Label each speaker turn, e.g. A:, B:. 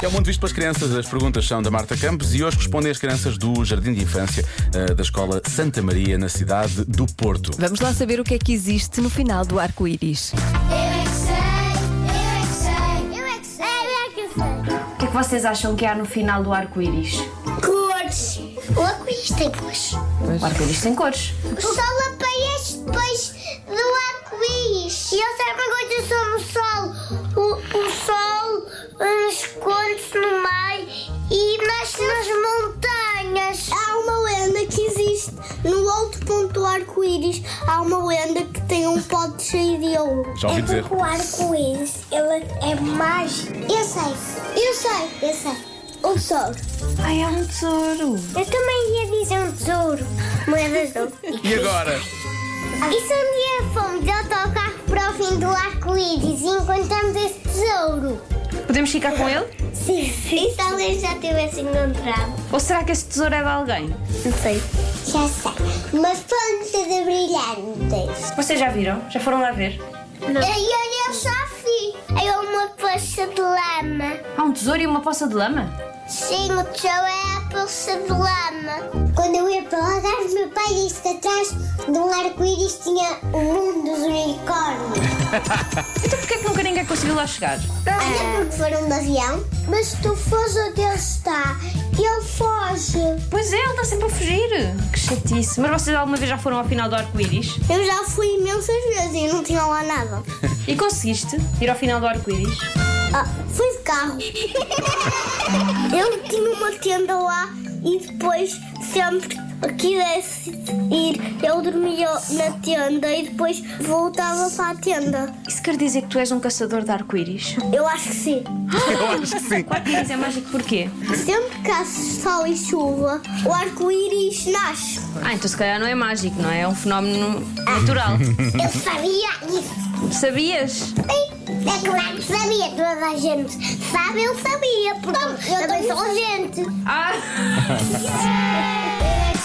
A: É o mundo visto pelas crianças. As perguntas são da Marta Campos e hoje respondem as crianças do Jardim de Infância eh, da Escola Santa Maria, na cidade do Porto.
B: Vamos lá saber o que é que existe no final do arco-íris.
C: Eu é que sei, eu é que sei, eu é que sei, eu é que sei.
D: O que é que vocês acham que há no final do arco-íris?
C: Cores. O arco-íris tem cores.
D: O arco-íris tem cores.
C: O sol aparece depois do arco-íris. E eu sei uma coisa sobre o um sol. O, o sol eh, esconde-se no mar e nasce nas montanhas. Há uma lenda que existe no outro ponto do arco-íris. Há uma lenda que tem um pote cheio de ouro.
A: Já ouvi dizer.
C: É O arco-íris, ele é mágico. Eu sei, eu sei, eu sei. Um tesouro.
D: Ai, é um tesouro.
C: Eu também ia dizer um tesouro. Moedas de ouro.
A: E agora?
C: E se um dia fomos de autocarro para o fim do arco-íris e encontramos esse tesouro?
D: Podemos ficar com ele?
C: Sim, sim. E se alguém já tivesse encontrado?
D: Ou será que esse tesouro é de alguém?
C: Não sei. Já sei. Uma fonte de brilhantes.
D: Vocês já viram? Já foram lá ver?
C: Não. E olha, eu já vi. É uma poça de lama.
D: Há um tesouro e uma poça de lama?
C: Sim, o tesouro é a poça de lama. Quando eu ia para o Algarve, meu pai disse que atrás de um arco-íris tinha o mundo dos unicórnios.
D: Então porquê é que nunca ninguém conseguiu lá chegar?
C: Olha porque foram de avião. É. Mas se tu fores onde ele está, ele foge.
D: Pois é, ele está sempre a fugir. Que chatice. Mas vocês alguma vez já foram ao final do arco-íris?
C: Eu já fui imensas vezes e não tinha lá nada.
D: E conseguiste ir ao final do arco-íris?
C: Ah, fui de carro. eu tinha uma tenda lá e depois sempre que quisesse ir, eu dormia na tenda e depois voltava para a tenda.
D: Isso quer dizer que tu és um caçador de arco-íris?
C: Eu acho que sim.
A: Eu acho que sim.
D: O arco-íris é mágico porquê?
C: Sempre que há sol e chuva, o arco-íris nasce.
D: Ah, então se calhar não é mágico, não é? É um fenómeno natural.
C: Eu sabia isso.
D: Sabias?
C: É claro que sabia, toda a gente sabe, eu sabia, porque eu também sou gente.
D: Ah!
C: Eu é